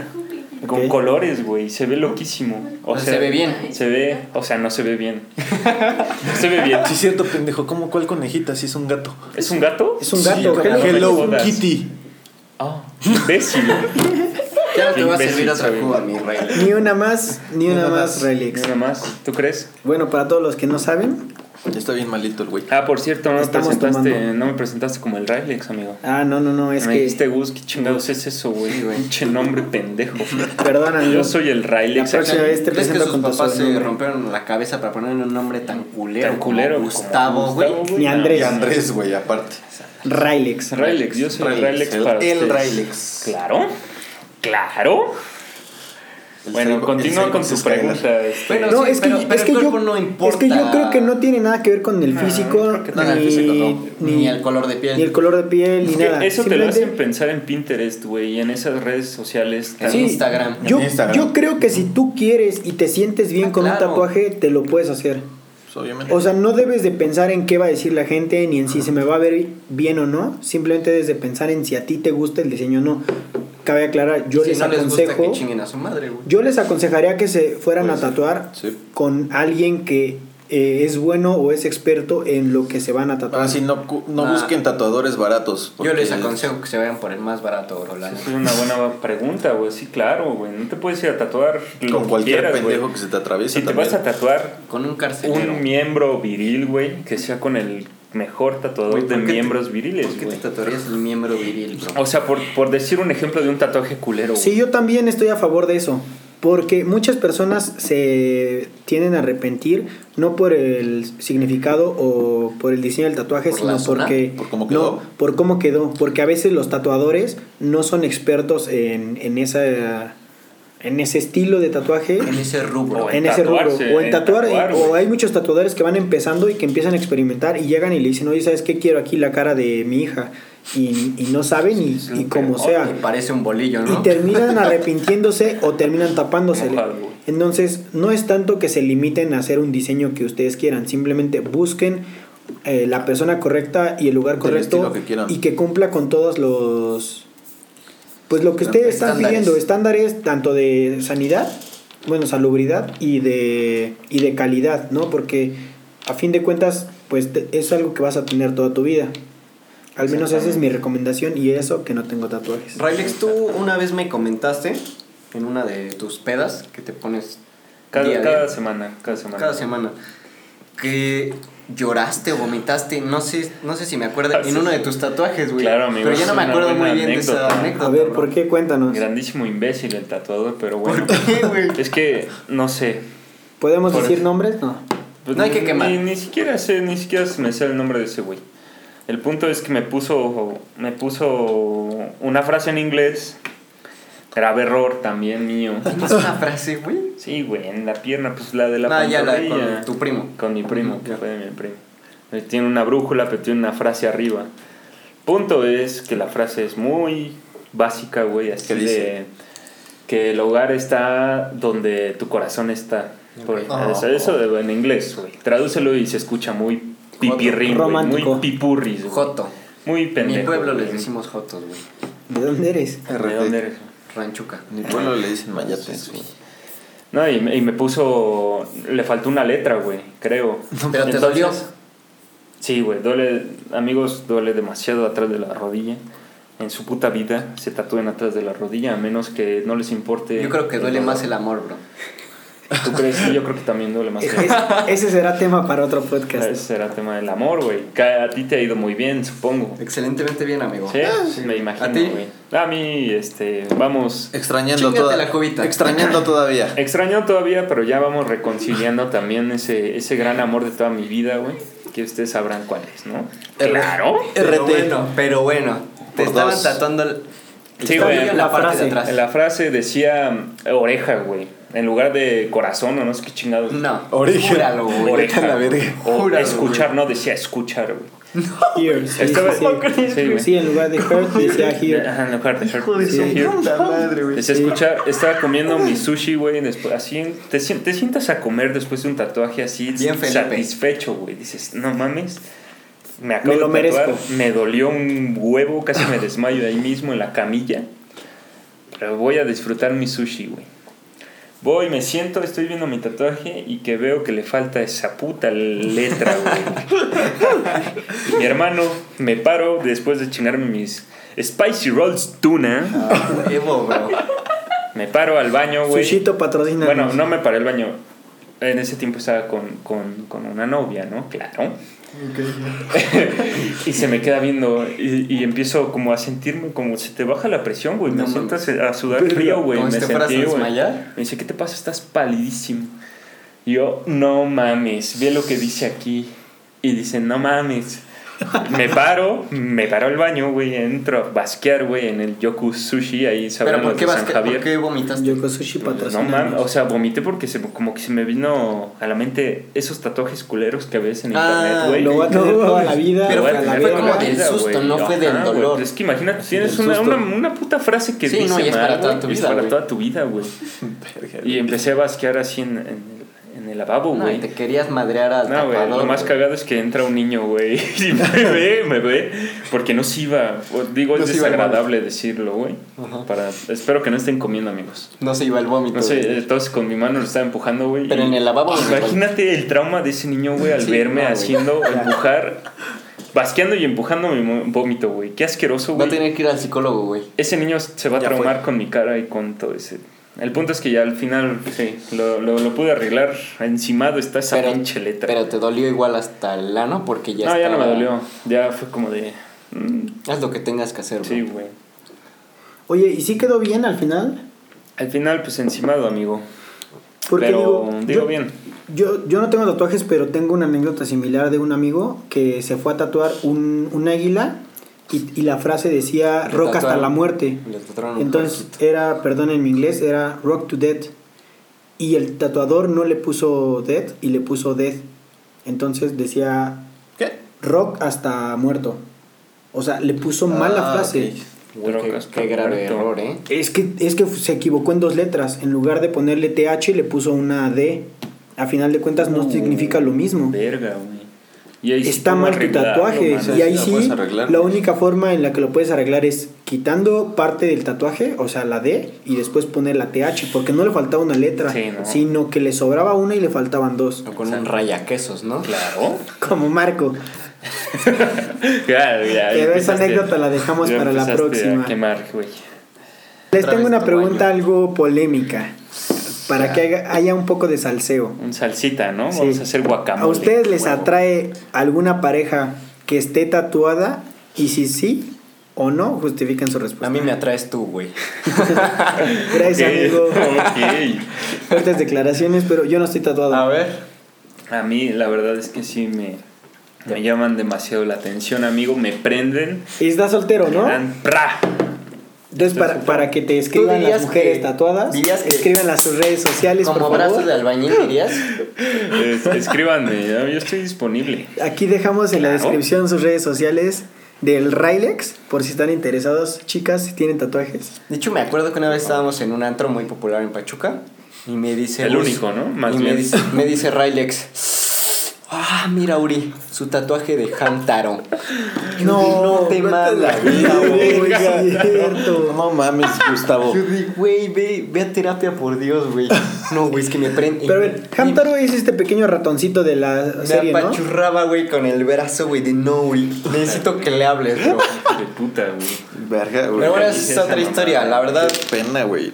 con
Ok.
colores, güey. Se ve loquísimo. O
No
sea,
Ah, se ve bien.
Se ve, o sea, no se ve bien. No se ve bien.
Sí, es cierto, pendejo. ¿Cómo cuál conejita? Si es un gato.
¿Es un gato?
Es un
Sí,
gato.
como
Hello.
Hello
Jodas.
Kitty.
Ah, imbécil.
Ya no te
Qué
va a
imbécil
servir otra
soy.
cuba, mi rey.
Ni una más, ni una más, Relix.
Nada más. ¿Tú crees?
Bueno, para todos los que no saben,
Está bien malito el güey.
Ah, por cierto, no me,
Estamos
presentaste,
tomando.
no me presentaste como el Rylex, amigo.
ah, no, no, no, es
me
que
dijiste Gus, ¿qué chingados es eso, güey? Pinche nombre pendejo.
perdóname.
Yo soy el Rylex.
La próxima vez te
¿Crees que
presento
sus
este con tu
papás se
sobrenombre.
rompieron la cabeza para ponerle un nombre tan culero?
Tan culero
como
como
Gustavo, güey.
Ni
no.
Andrés.
Y Andrés, güey, aparte.
Rylex.
Rylex, yo soy
Rylex,
Rylex
el-
para
el
ustedes.
Rylex.
Claro, claro.
El
Bueno,
cyborg-
continúa
el
con
cyborg
tu
Skylar.
pregunta. este.
Bueno,
No,
sí,
es que,
pero- pero
es
el
que yo,
cuerpo no
es que yo
importa.
creo que no tiene nada que ver con el
No,
físico,
creo que
ni,
No, no, el físico no.
ni-
Ni el color de piel.
ni el color de piel, ni
Es que
nada.
eso te lo
Simplemente-
hacen pensar en Pinterest, güey, y en esas redes sociales. tan-
En Instagram.
Yo,
En Instagram.
yo creo que si tú quieres y te sientes bien
Ah,
con un
claro.
tatuaje, te lo puedes hacer.
Pues, obviamente.
O sea, no debes de pensar en qué va a decir la gente, ni en si se me va a ver bien o no. Simplemente debes de pensar en si a ti te gusta el diseño o no. Cabe aclarar, yo
si
les
no les gusta
aconsejo...
que chinguen a su madre, güey.
Yo les aconsejaría que se fueran
Puede
a
ser.
tatuar
Pues, Sí.
con alguien que eh, es bueno o es experto en lo que se van a tatuar.
Ahora sí, no, cu- no
Ah.
busquen tatuadores baratos.
Yo les
porque-
aconsejo que se vayan por el más barato, bro. la
Esa
neta.
Es una buena pregunta, güey. Sí, claro, güey. No te puedes ir a tatuar lo
Con
que
cualquier
quieras, güey.
pendejo que se te atraviese.
Si te
también.
vas a tatuar
Con un carcelero.
un miembro viril, güey, que sea con el mejor tatuador
Güey, ¿por
de
qué te-
miembros
¿Por
viriles,
qué te
güey.
tatuarías el miembro viril, bro?
O sea, por, por decir un ejemplo de un tatuaje culero, güey.
Sí, yo también estoy a favor de eso. Porque muchas personas se tienden a arrepentir, no por el significado o por el diseño del tatuaje,
¿Por la
sino
zona?
porque.
¿Por cómo quedó?
No, por cómo quedó. Porque a veces los tatuadores no son expertos en, en esa. En ese estilo de tatuaje.
En ese rubro.
O
en ese rubro
tatuarse,
o en
en
tatuar,
tatuar,
y-
güey.
o hay muchos tatuadores que van empezando y que empiezan a experimentar y llegan y le dicen oye sabes qué quiero aquí la cara de mi hija y, y no saben y,
Sí,
y como
pero,
sea
Me parece un bolillo, ¿no?
y terminan arrepintiéndose o terminan tapándose
Ojalá, güey.
entonces no es tanto que se limiten a hacer un diseño que ustedes quieran simplemente busquen eh, la persona correcta y el lugar
Del
correcto
estilo que quieran.
y que cumpla con todos los pues lo que ustedes están
Estándares.
pidiendo, estándares tanto de sanidad, bueno, salubridad y de, y de calidad, ¿no? Porque a fin de cuentas, pues te- es algo que vas a tener toda tu vida. Al menos esa es mi recomendación y eso que no tengo tatuajes.
Railex, tú una vez me comentaste en una de tus pedas que te pones
Cada,
día a día,
cada semana, cada semana.
cada semana, que lloraste o vomitaste, no sé, no sé si me acuerdo,
Ah, sí,
en uno de
sí.
tus tatuajes, güey.
Claro, amigo,
Pero ya
es
no me
una
acuerdo muy
buena
bien de esa
anécdota.
anécdota.
A ver,
bro.
¿por qué? Cuéntanos.
Grandísimo imbécil el tatuador, pero bueno.
qué, güey?
es que, no sé.
¿Podemos
Por-
decir nombres? No.
Pues
No hay que
ni-
quemar.
Ni, ni siquiera sé, ni siquiera me sé el nombre de ese güey. El punto es que me puso, me puso una frase en inglés. Grave error también mío.
¿Tienes una frase, güey?
Sí, güey, en la pierna, pues la de la
Ah, ya, la de con
pantorrilla.
tu primo.
Con mi primo, que
Ya.
fue de mi primo. Eh, Tiene una brújula, pero tiene una frase arriba. Punto es que la frase es muy básica, güey, así
¿Qué dice?
de que el hogar está donde tu corazón está. Por-
Ah.
eso, eso de- en inglés, güey. Tradúcelo y se escucha muy pipirrín, güey,
Romántico.
muy pipurris, güey.
Joto.
muy
En
pendejo.
mi pueblo
güey.
les decimos jotos, güey.
¿De dónde eres?
¿De dónde eres?
Ranchuca.
Ni pueblo le dicen mayates, güey.
No, y, me- y me puso. Le faltó una letra, güey, creo.
Pero te
Entonces-
dolió.
Sí, güey, duele, amigos, duele demasiado atrás de la rodilla. En su puta vida se tatúen atrás de la rodilla, a menos que no les importe.
Yo creo que duele
dolor.
más el amor, bro.
¿Tú crees? Sí, yo creo que también duele más.
Es-
el
es-
amor.
ese será tema para otro
Ese
podcast.
será tema del amor, güey. Que A ti te ha ido muy bien, supongo.
Excelentemente bien, amigo.
Sí, me imagino,
Ah, ¿A ti?
güey. A mí, este, vamos.
Extrañando
Chíngate
toda,
la cubita.
Extrañando todavía.
Extraño todavía, pero ya vamos reconciliando también ese, ese gran amor de toda mi vida, güey. Que ustedes sabrán cuál es, ¿no?
R-
Claro.
Pero
RT.
bueno, pero bueno. Te
Por
estaban
dos.
tatuando el-
Sí,
Estaba
güey,
yo en
la
la parte
frase,
de atrás.
En la frase decía mm, oreja, güey. En lugar de corazón o no sé qué chingados.
No.
Origen.
Júralo, güey.
Oreja,
Vete a la
güey.
verga.
O
Júralo,
escuchar, no decía escuchar, güey.
Here, sí,
Estaba-
sí, sí.
Sí, güey.
Sí, en lugar de hurt decía here.
Ajá, en lugar de her-
de
decía
su
here.
madre, güey.
Decía escuchar, estaba comiendo mi sushi, güey, y después así te, sien- te sientas a comer después de un tatuaje así
Bien, Felipe.
satisfecho, güey. Dices, "No mames." Me acabo
Me lo
de tatuar,
merezco.
me dolió un huevo, casi me desmayo ahí mismo en la camilla. Pero voy a disfrutar mi sushi, güey. Voy, me siento, estoy viendo mi tatuaje y que veo que le falta esa puta letra, güey. Y mi hermano, me paro después de chingarme mis spicy rolls tuna.
Evo, bro.
Me paro al baño, güey.
Sushito patrocina.
Bueno, no me paré al baño. En ese tiempo estaba con, con, con una novia, ¿no? Claro. y se me queda viendo y, y empiezo como a sentirme como se te baja la presión, güey.
No
me siento
mames. este
a sudar frío, güey.
Como
Me
si te fueras a
sentí, güey.
desmayar.
Me dice, ¿qué te pasa? Estás palidísimo. Y yo, no mames, ve lo que dice aquí. Y dice, no mames. Me paro, me paro al baño, güey, entro a basquear, güey, en el Yoku Sushi, ahí
Pero
sabrán
¿por
los
qué,
de San
vas, ¿por
Javier.
qué vomitas?
Yoko Sushi
No
patrocinando.
mames, o sea, vomité porque se, como que se me vino a la mente esos tatuajes culeros que ves en
Ah,
internet, güey.
lo voy a tener
No,
toda
mames.
la vida.
Pero
Lo voy a
para la
tener
fue
toda
verga.
como del
vida,
susto,
güey.
no fue del
Ajá, güey. pues
dolor.
Es que imagínate, tienes
Del
una,
susto.
una, una puta frase que
Sí,
dice
no, y es
mal,
para toda
güey,
tu
y
vida,
Es para
güey.
toda tu vida, güey. Y empecé a basquear así en, en el- en el lavabo,
No, y
güey.
te querías madrear al
No, güey,
tapador.
lo más
güey.
cagado es que entra un niño, güey, y me ve, me ve, porque no se iba, o digo, es
No se iba,
desagradable decirlo, güey,
Ajá.
para, espero que no estén comiendo, amigos.
No se iba el vómito.
No sé,
güey.
entonces con mi mano lo estaba empujando, güey.
Pero
y-
en el lavabo, güey.
Imagínate el trauma de ese niño, güey, al
Sí,
verme
no, güey.
haciendo, empujar, basqueando y empujando mi mo- vómito, güey, qué asqueroso,
Va a
güey.
tener que ir al psicólogo, güey.
Ese niño se va a
Ya fue.
traumar con mi cara y con todo ese... El punto es que ya al final sí, lo, lo, lo pude arreglar. Encimado está esa
Pero,
pinche letra.
pero te dolió igual hasta el ano porque ya
no, ya no me
estaba-
dolió. Ya fue como de. mm,
Haz lo que tengas que hacer,
sí,
güey.
güey.
Oye, ¿y sí quedó bien al final?
Al final, pues encimado, amigo.
Porque
Pero
digo,
digo
yo-
bien.
Yo, yo no tengo tatuajes, pero tengo una anécdota similar de un amigo que se fue a tatuar un, un águila y, y la frase decía
Le
rock hasta
tatuaron-
la muerte.
le tatuaron un
Entonces era, perdón en mi inglés, era rock to death. Y el tatuador no le puso death y le puso death. Entonces decía
¿Qué?
rock hasta muerto. O sea, le puso mal la
Ah,
frase.
ok.
Güey,
Drogas
qué-
hasta
qué grave
muerto.
error, ¿eh?
Es que, es que se equivocó en dos letras. En lugar de ponerle TH, le puso una D. A final de cuentas, no
Uh,
significa lo mismo.
Verga, güey. Y ahí sí
Está
cómo
mal tu
arreglarlo,
tatuaje.
mano.
Y ahí
Sí, lo
sí,
puedes arreglar.
la única forma en la que lo puedes arreglar es quitando parte del tatuaje, o sea, la D, y después poner la TH, porque no le faltaba una letra,
Sí, no.
sino que le sobraba una y le faltaban dos.
O con un quesos, ¿no?
Claro.
Como Marco.
claro ya,
Pero
ya
esa
empezaste-
anécdota la dejamos
ya
para la
empezaste
próxima.
A quemar, güey.
Les
Otra
tengo
vez
una
tu
pregunta algo polémica, para que haga- haya un poco de salseo.
Un salsita, ¿no?
Sí.
Vamos a hacer guacamole.
¿A ustedes les
Huevo.
atrae alguna pareja que esté tatuada? Y si sí o no, justifiquen su respuesta.
A mí me atraes tú, güey.
Gracias,
Ok,
amigo.
ok.
Fuertes declaraciones, pero yo no estoy tatuado.
A ver.
A mí, la verdad es que sí me, me llaman demasiado la atención, amigo. Me prenden.
Y estás soltero, ¿no?
Dan, ¡pra!
Entonces, para, para que te escriban las
dirías
mujeres
que-
tatuadas,
dirías que-
escríbanlas a sus redes sociales,
Como
por
brazo
favor.
de albañil dirías.
Es- escríbanme, ¿no? yo estoy disponible.
Aquí dejamos en la
Claro.
descripción sus redes sociales del Rylex, por si están interesados, chicas, si tienen tatuajes.
De hecho, me acuerdo que una vez estábamos en un antro muy popular en Pachuca. Y me dice.
El
Gus-
único, ¿no? Más
y me
bien.
dice, me dice Rylex. Ah, mira, Uri, su tatuaje de Hamtaro. no te manda la vida,
güey.
güey.
es cierto.
No mames, Gustavo.
Yo dije, güey, ve, ve a terapia, por Dios, güey. No, güey, es que me prende.
Pero a ver, Hamtaro es este pequeño ratoncito de la
Me
serie, ¿no?
apachurraba, güey, con el brazo, güey, de no, güey. Necesito que le hables, bro.
Hijo De puta, güey.
Verga, güey.
Pero bueno,
dices
esa es otra
esa
historia, la verdad.
Qué pena, güey.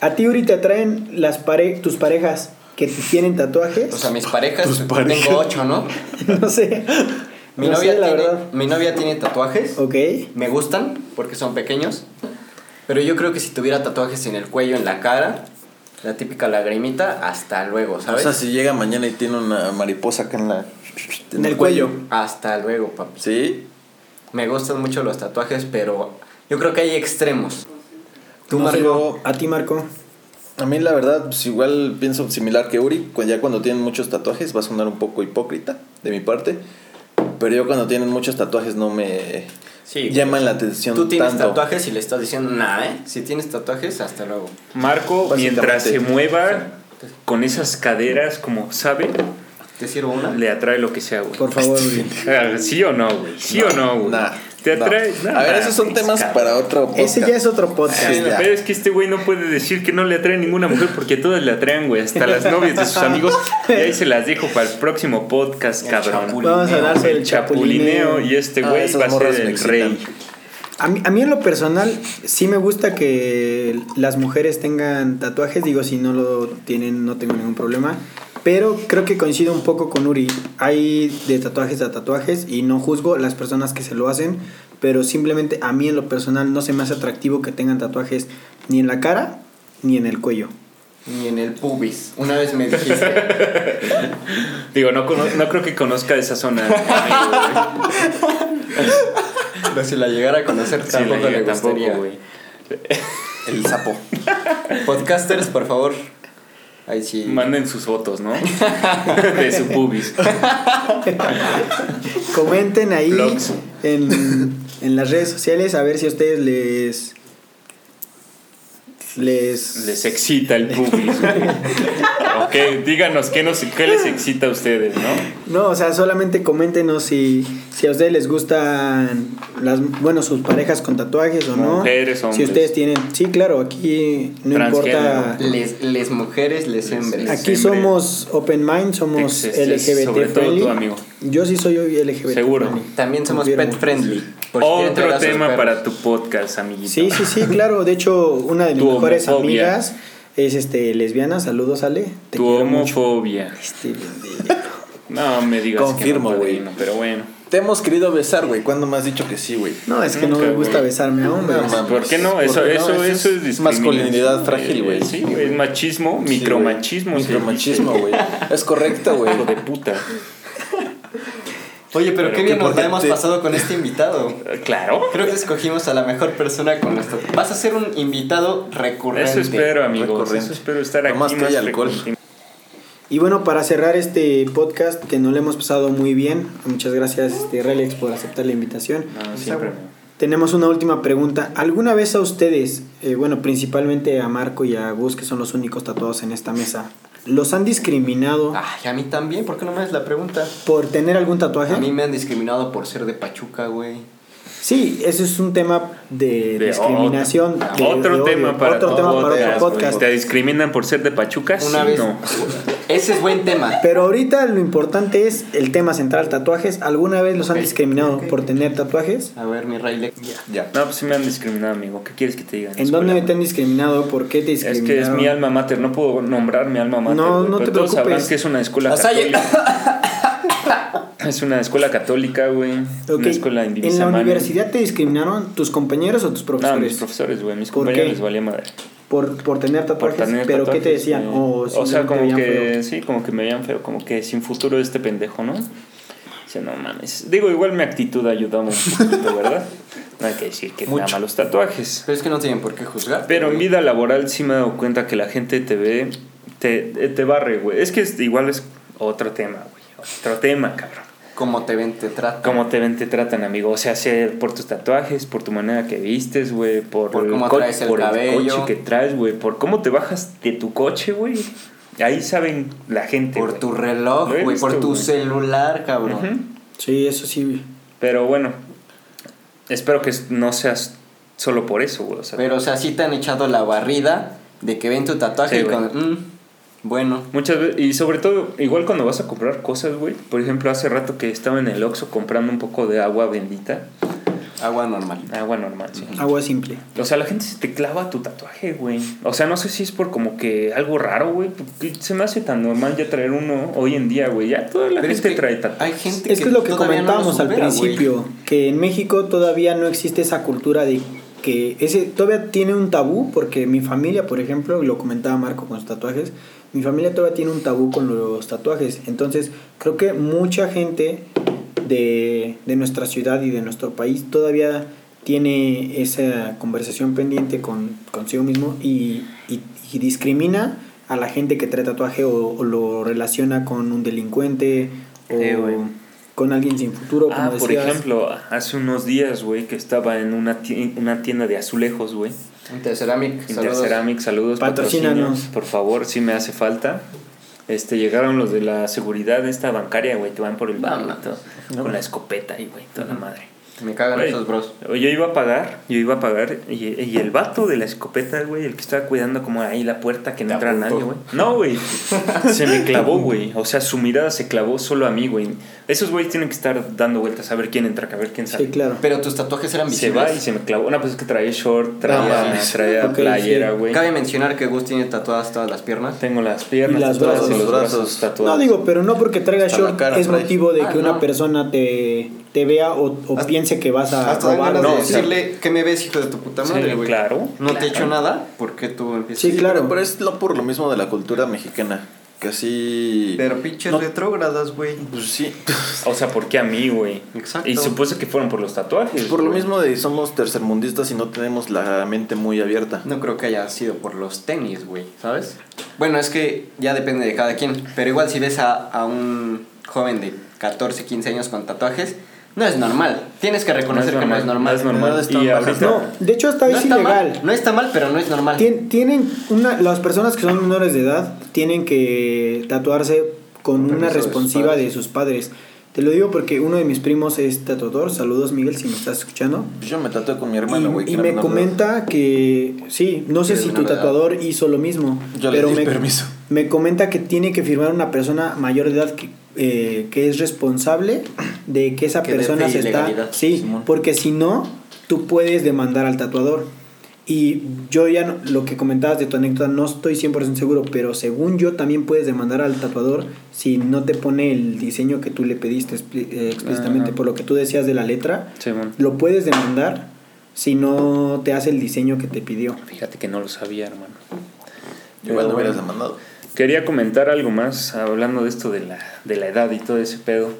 A ti ahorita te traen las pare tus parejas que tienen tatuajes.
O sea, mis parejas,
Tus parejas.
tengo ocho, ¿no?
no sé.
Mi,
no
novia
sé, la
tiene,
verdad.
mi novia tiene tatuajes.
Ok.
Me gustan porque son pequeños. Pero yo creo que si tuviera tatuajes en el cuello, en la cara, la típica lagrimita, hasta luego,
O
¿sabes?
sea, si llega mañana y tiene una mariposa acá en la.
En el cuello.
Hasta luego, papi.
¿Sí?
Me gustan mucho los tatuajes, pero yo creo que hay extremos.
Tú,
No sé,
Marco.
A ti, Marco.
A mí, la verdad, pues igual pienso similar que Uri. cu- Ya cuando tienen muchos tatuajes, va a sonar un poco hipócrita de mi parte. Pero yo cuando tienen muchos tatuajes no me
Sí, güey.
llaman la atención
Tú tienes
tanto.
tatuajes y le estás diciendo nada, ¿eh? Si tienes tatuajes, hasta luego.
Marco, mientras se
Básicamente.
mueva con esas caderas, como sabe,
¿Te sirvo una?
le atrae lo que sea, güey.
Por favor,
Este,
güey.
Ah, ¿Sí o no, güey? ¿Sí o no, güey?
Nah,
¿Te
no.
atrae?
A ver, esos son temas para otro podcast.
Ese ya es otro podcast.
Sí.
Pero
ya.
es que este güey no puede decir que no le atrae ninguna mujer porque todas le atraen, güey. Hasta las novias de sus amigos. Y ahí se las dejo para el próximo podcast,
El
cabrón.
chapul-
Vamos a
Chapulineo,
dar
El chapulineo y este
Ah,
güey
esas
va a
morras
ser
me
el
excitan.
rey.
A mí, a mí en lo personal sí me gusta que las mujeres tengan tatuajes, digo, si no lo tienen no tengo ningún problema, pero creo que coincido un poco con Uri, hay de tatuajes a tatuajes y no juzgo las personas que se lo hacen, pero simplemente a mí en lo personal no se me hace atractivo que tengan tatuajes ni en la cara ni en el cuello.
Ni en el pubis. Una vez me dijiste.
Digo, no, cono- no creo que conozca esa zona. amigo, güey.
Pero si la llegara a conocer,
Sí,
tampoco le
la llegué tampoco,
gustaría.
güey.
El sapo.
Podcasters, por favor. Ahí sí.
Manden sus fotos, ¿no? De su pubis.
Comenten ahí
Blogs.
en, en las redes sociales a ver si a ustedes les. Les.
Les excita el pubis. güey. ok, díganos qué, nos, qué les excita a ustedes, ¿no?
No, o sea, solamente coméntenos si, si a ustedes les gustan las bueno sus parejas con tatuajes o no.
Mujeres,
Si
hombres.
ustedes tienen. Sí, claro, aquí no importa.
Transgénero.
Les, les mujeres, les hombres.
Aquí
Siempre.
somos open mind, somos
Ex- este,
LGBT
sobre todo
friendly.
tú, amigo.
Yo sí soy hoy LGBT.
Seguro.
friendly.
También somos
Confirmo.
pet friendly. por si quieren traer
Otro
a sus
tema
perros.
para tu podcast, amiguito.
Sí, sí, sí, claro. De hecho, una de mis
Tu
mejores
homofobia.
amigas es este lesbiana. Saludos, Ale. Te
Tu
quiero mucho.
homofobia.
Este, bendito.
No me digas
Confirmo,
que no,
güey.
padrino, pero bueno.
Te hemos querido besar, güey. ¿Cuándo me has dicho que sí, güey?
No, es que no
Nunca,
me gusta
güey.
besarme a hombres.
No, mames.
¿Por qué no?
¿Por
Eso,
qué no?
eso,
Eso es
eso es discriminación, eh,
masculinidad frágil, güey.
Sí, güey, es machismo,
Sí, güey.
micromachismo. se
Micromachismo, güey. Es correcto, güey.
dice. Hijo de puta.
Oye, pero,
Pero
qué
que
bien nos
porque
la hemos
te-
pasado con este invitado.
Claro.
Creo que escogimos a la mejor persona con nuestro. Vas a ser un invitado recurrente.
Eso espero, amigos.
recurrente.
Eso espero estar aquí
Nomás que
más
hay alcohol.
frecuente.
Y bueno, para cerrar este podcast, que no le hemos pasado muy bien, muchas gracias, este, Relex, por aceptar la invitación.
No, siempre.
Tenemos una última pregunta. ¿Alguna vez a ustedes, eh, bueno, principalmente a Marco y a Gus, que son los únicos tatuados en esta mesa, los han discriminado
Ah.
Ay, a mí también, ¿por qué no me haces la pregunta?
por tener algún tatuaje?
A mí me han discriminado por ser de Pachuca, güey.
Sí, ese es un tema de,
De
discriminación.
otro-
de-
otro
de odio.
tema para
otro
tu
tema para otro
podcast,
podcast.
güey. ¿Te discriminan por ser de Pachuca?
Una
Ah, sí,
vez.
no.
Ese es buen tema.
Pero ahorita lo importante es el tema central, tatuajes. ¿Alguna vez los han
Ok.
discriminado por tener tatuajes?
A ver, mi Riley.
Ya.
No, pues sí me han discriminado, amigo. ¿Qué quieres que te diga? la
¿En
escuela?
dónde te han discriminado? ¿Por qué te
Es
discriminaron?
que es mi alma mater, no puedo nombrar mi alma mater.
No,
güey,
no
pero
te
todos sabrán
preocupes.
que es una escuela
La Salle.
católica. es una escuela católica, güey.
Ok,
Una escuela
¿En la
indivisamana.
universidad te discriminaron tus compañeros o tus
No, mis
profesores?
profesores, güey. Mis
¿Por
compañeros
qué?
les valía madre.
por, por tener
Por
tatuajes.
tener
¿Pero qué te
tatuajes,
decían?
güey.
O,
o sea,
simplemente
como
veían
que.
feo.
Sí, como que me veían feo. Como que sin futuro este pendejo, ¿no? Dice, no mames. Digo, igual mi actitud ayudaba un poquito, ¿verdad? No hay que decir que nada más los tatuajes.
Pero es que no tienen por qué juzgar.
Pero en vida laboral sí me he dado cuenta que la gente te ve, te, eh, te barre, güey. Es que es- igual es otro tema, güey. Otro tema, cabrón.
Como te ven, te tratan.
Cómo te ven, te tratan, amigo. O sea, sea por tus tatuajes, por tu manera que vistes, güey. Por,
Por cómo
co-
traes el
por
cabello.
coche que traes, güey. Por cómo te bajas de tu coche, güey. Ahí saben la gente.
Por
güey.
tu
Lo
reloj,
he
güey. Por
visto,
tu
güey.
celular, cabrón.
Ujú.
Sí, eso sí.
Pero bueno, espero que no seas solo por eso, güey. O sea,
Pero, o sea, sí te han echado la barrida de que ven tu tatuaje
Sí,
y
güey.
con. "Mm, bueno.
Muchas veces, y sobre todo, igual cuando vas a comprar cosas, güey. Por ejemplo, hace rato que estaba en el Oxxo comprando un poco de agua bendita.
Agua normal.
Agua normal, sí.
Agua simple.
O sea, la gente se te clava tu tatuaje, güey. O sea, no sé si es por como que algo raro, güey. porque Se me hace tan normal ya traer uno hoy en día, güey. Ya toda la
Pero es
gente
que
trae tatuajes.
Hay gente
Es que es lo que
Este, todavía no lo
comentábamos al
supera, güey.
principio, que en México todavía no existe esa cultura de que ese todavía tiene un tabú, porque mi familia, por ejemplo, y lo comentaba Marco con sus tatuajes, mi familia todavía tiene un tabú con los tatuajes. Entonces, creo que mucha gente de, de nuestra ciudad y de nuestro país todavía tiene esa conversación pendiente con, consigo mismo y, y- y discrimina a la gente que trae tatuaje o, o lo relaciona con un delincuente o
Eh, güey.
con alguien sin futuro, como
Ah,
decías.
por ejemplo, hace unos días, güey, que estaba en una tie- una tienda de azulejos, güey.
Interceramic. saludos.
Interceramic, saludos.
Patrocínanos.
patrocinio, Por favor, si me hace falta. Este, llegaron los de la seguridad esta bancaria, güey, te van por el bar,
Vamos.
y todo, con la escopeta y, güey, toda la madre.
Me cagan
Güey,
esos bros.
Yo iba a pagar, yo iba a pagar, y, y el vato de la escopeta, güey, el que estaba cuidando como ahí la puerta que no
Te
entra
apuntó.
nadie, güey. No, güey, se me clavó, güey, o sea, su mirada se clavó solo a mí, güey. Esos güeyes tienen que estar dando vueltas a ver quién entra, a ver quién sale.
Sí, claro.
Pero tus tatuajes eran
Se
visibles.
va y se me clavó. Una pues es que traía short, traía,
mames.
traía
Ok,
playera,
sí.
güey.
Cabe mencionar que Gus tiene tatuadas todas las piernas.
Tengo las piernas,
Y las
tatuadas,
brazos.
los brazos
Brazos.
tatuados.
No digo, pero no porque traiga
Hasta la
short
cara
es
trae.
motivo de
Ah,
que una
no.
persona te, te vea o, o
Hasta-
piense que vas a
Hasta dan
robar.
ganas
o
de
algo así.
decirle que me ves, hijo de tu puta
Sí,
madre, güey.
claro,
No te he
claro.
hecho nada, ¿por qué tú empiezas?
Sí, claro.
Pero es lo por lo mismo de la cultura mexicana. Casi.
Pero pinches
No.
retrógradas, güey.
Pues sí.
O sea, ¿por qué a mí, güey?
Exacto.
Y supuse que fueron por los tatuajes.
Por lo
güey.
mismo de somos tercermundistas y no tenemos la mente muy abierta.
No creo que haya sido por los tenis, güey, ¿sabes? Bueno, es que ya depende de cada quien. Pero igual si ves a, a un joven de 14, 15 años con tatuajes, no es normal. Tienes que
No es
reconocer que no
normal.
es normal.
No es normal.
Nada está
Y
bajas,
ahorita.
No, de hecho hasta
No
es
está
ilegal.
mal, no está mal, pero no es normal.
Tien- tienen una, las personas que son menores de edad tienen que tatuarse con
Con
una
permiso de sus
responsiva
padres.
de sus padres. Te lo digo porque uno de mis primos es tatuador. Saludos Miguel si me estás escuchando.
Pues Yo me tatué con mi
Y,
hermano, güey. que
y
era
me
menor de edad.
comenta que sí, no sé
Que
si
de
tu
menor edad.
tatuador hizo lo mismo,
Yo le
pero
di
me,
permiso.
me comenta que tiene que firmar una persona mayor de edad que, eh, que es responsable de que esa
Que
persona
dé fe
se
y legalidad,
está, sí,
Simón.
porque si no tú puedes demandar al tatuador. Y yo ya no- lo que comentabas de tu anécdota no estoy 100% seguro, pero según yo también puedes demandar al tatuador si no te pone el diseño que tú le pediste expli- eh, explícitamente
Ajá.
por lo que tú decías de la letra
Simón.
lo puedes demandar si no te hace el diseño que te pidió.
Fíjate que no lo sabía, hermano.
Igual no
Pero
hubieras
bueno.
demandado.
Quería comentar algo más hablando de esto de la, de la edad y todo ese pedo.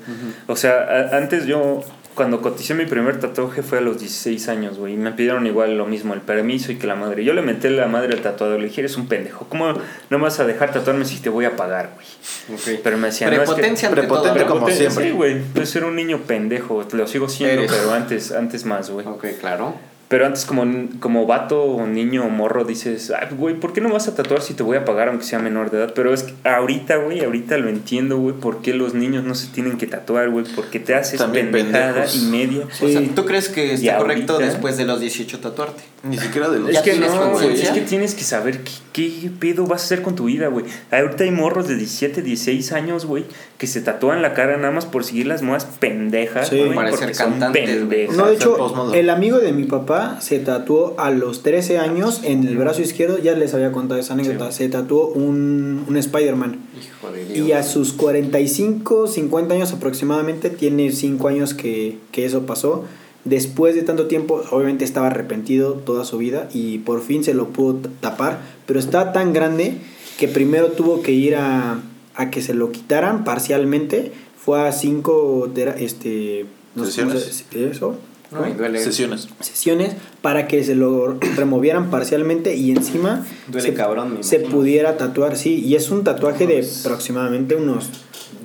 O sea, a- antes yo, cuando coticé mi primer tatuaje fue a los 16 años, güey. Y me pidieron igual lo mismo, el permiso y que la madre. Yo le metí la madre al tatuador, le dije, eres un pendejo. ¿Cómo no me vas a dejar tatuarme si te voy a pagar, güey?
Ok.
Pero me decían, no, es que-
Prepotencia ante
prepotente
todo, ¿no?
como
Prepoten-
siempre.
Sí, güey. Pues era un niño pendejo, lo sigo siendo,
Eres.
pero antes, antes más,
Ah.
güey.
Ok, claro.
Pero antes como, como vato o niño o morro dices, "Ay, güey, ¿por qué no vas a tatuar si te voy a pagar aunque sea menor de edad? Pero es que ahorita, güey, ahorita lo entiendo, güey, por qué los niños no se tienen que tatuar, güey, porque te haces
También
pendejada
pendejos.
y media.
O
Sí.
sea, ¿tú crees que está correcto
ahorita?
después de los 18 tatuarte?
Ni siquiera de los.
Es
¿Ya
que
tienes
no, güey, es
conciencia?
que tienes que saber qué, qué pedo vas a hacer con tu vida, güey. Ahorita hay morros de 17, 16 años, güey, que se tatúan la cara nada más por seguir las modas pendejas,
Sí.
güey,
Parecer
porque son
cantantes, güey.
pendejos.
No, de
ser
hecho,
postmoderno.
el amigo de mi papá se tatuó a los 13 años en el brazo izquierdo, ya les había contado esa anécdota, se tatuó un, un Spider-Man.
Hijo de
Y a sus 45, 50 años aproximadamente, tiene 5 años que, que eso pasó. Después de tanto tiempo, obviamente estaba arrepentido toda su vida y por fin se lo pudo t- tapar, pero está tan grande que primero tuvo que ir a, a que se lo quitaran parcialmente. Fue a 5 este, no sé cómo se- eso,
No, y duele.
Sesiones.
sesiones para que se lo removieran parcialmente y encima
Duele
se,
cabrón, me
se
imagino.
pudiera tatuar, sí, y es un tatuaje de aproximadamente unos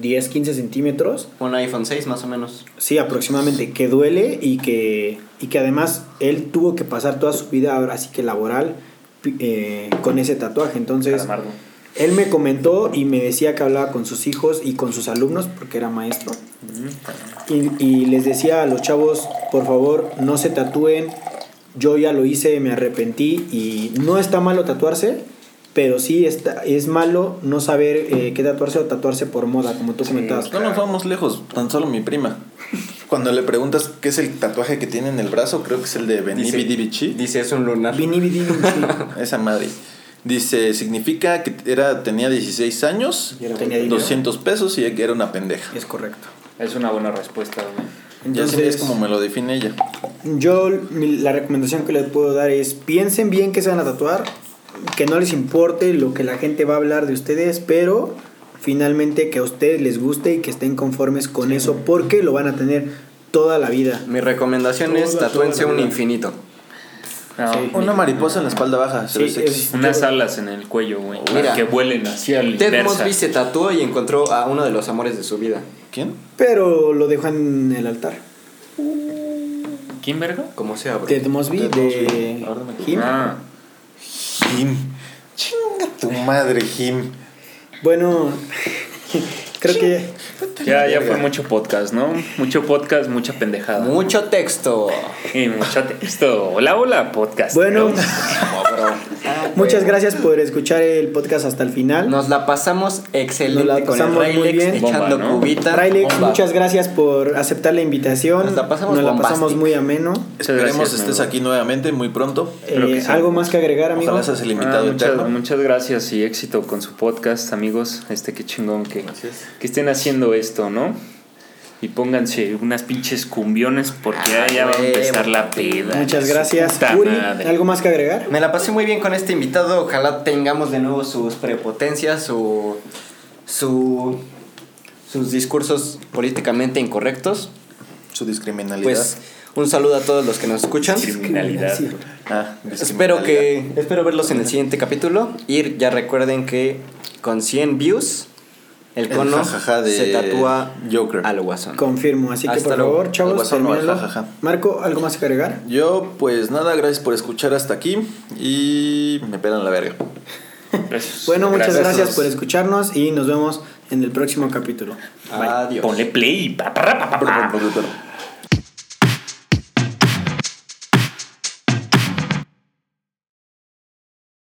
10, 15 centímetros,
Un iPhone 6 más o menos.
sí, aproximadamente, que duele y que, y que además él tuvo que pasar toda su vida, ahora sí que laboral, pi- eh, con ese tatuaje, entonces
Calamardo.
él me comentó y me decía que hablaba con sus hijos y con sus alumnos, porque era maestro, y, y les decía a los chavos, por favor, no se tatúen. Yo ya lo hice, me arrepentí y no está malo tatuarse, pero sí está, es malo no saber eh, qué tatuarse o tatuarse por moda, como tú comentabas.
No nos vamos lejos, tan solo mi prima. Cuando le preguntas qué es el tatuaje que tiene en el brazo, creo que es el de
Dice-
Benibidibichi.
Dice, es un lunar.
Vini, vidi, vinci.
Esa madre. Dice, significa que era, tenía 16 años,
Y era
Tenía dinero.
200 pesos y que era una pendeja.
Es correcto.
Es una buena respuesta, güey.
Y así
Entonces,
es como me lo define ella.
yo mi- la recomendación que les puedo dar es piensen bien qué se van a tatuar, que no les importe lo que la gente va a hablar de ustedes, pero finalmente que a ustedes les guste y que estén conformes con eso porque lo van a tener toda la vida.
Mi recomendación es
Toda,
tatúense
toda la
un
vida.
infinito.
No,
Sí.
Una mariposa en la espalda baja. se
Sí,
ve sexy.
es-
Unas alas en el cuello, güey.
Mira,
que vuelen hacia el
Ted Mosby se tatuó y encontró a uno de los amores de su vida.
¿Quién?
Pero lo dejó en el altar.
¿Quién verga?
Como sea, bro.
Ted Mosby
Ted
de
Mosby. Ahora me
Him.
Ah,
Jim. Chinga tu madre, Jim.
Bueno, creo que
ya, ya fue mucho podcast, ¿no? Mucho podcast, mucha pendejada.
Mucho texto.
y mucho texto. Hola, hola, podcast. Ah,
bueno,
Como, bro.
muchas gracias por escuchar el podcast hasta el final.
Nos la pasamos excelente
Nos la
con el
pasamos muy
Railex
bien.
echando
Bomba, ¿no?
cubita.
Railex,
Bomba.
muchas gracias por aceptar la invitación.
Nos la pasamos bombastic.
muy ameno.
Muchas
Esperemos
gracias,
estés
amigo.
aquí nuevamente muy pronto.
Espero
Eh,
que sí.
¿Algo más que agregar, amigo?
Ojalá seas el
Ah,
invitado
muchas,
eterno.
muchas gracias y éxito con su podcast, amigos. Este que chingón que, que estén haciendo esto, ¿no? Y pónganse unas pinches cumbiones porque
Ah,
ya- ya va a
huevo.
empezar la peda.
Muchas
Su
gracias.
puta
Uri,
madre.
¿algo más que agregar?
Me la pasé muy bien con este invitado. Ojalá tengamos de nuevo sus prepotencias, su su, sus discursos políticamente incorrectos.
Su discriminalidad.
Pues un saludo a todos los que nos escuchan.
Criminalidad.
Sí.
Ah, discriminalidad.
Espero que espero verlos en el siguiente capítulo y ya recuerden que con 100 views el
El
cono
jajaja de
se tatúa
Joker.
al guasón.
Confirmo, así que
Hasta
por
luego.
favor,
Al
chavos,
guasón no, al
termínenlo.
jajaja.
Marco, ¿algo más que agregar?
Yo, pues nada, gracias por escuchar hasta aquí y me pelan la verga.
Gracias.
Bueno, muchas
Gracias.
gracias por escucharnos y nos vemos en el próximo capítulo.
Adiós.
Ponle play. Pa, pa, ra, pa, pa, pa.
Pero-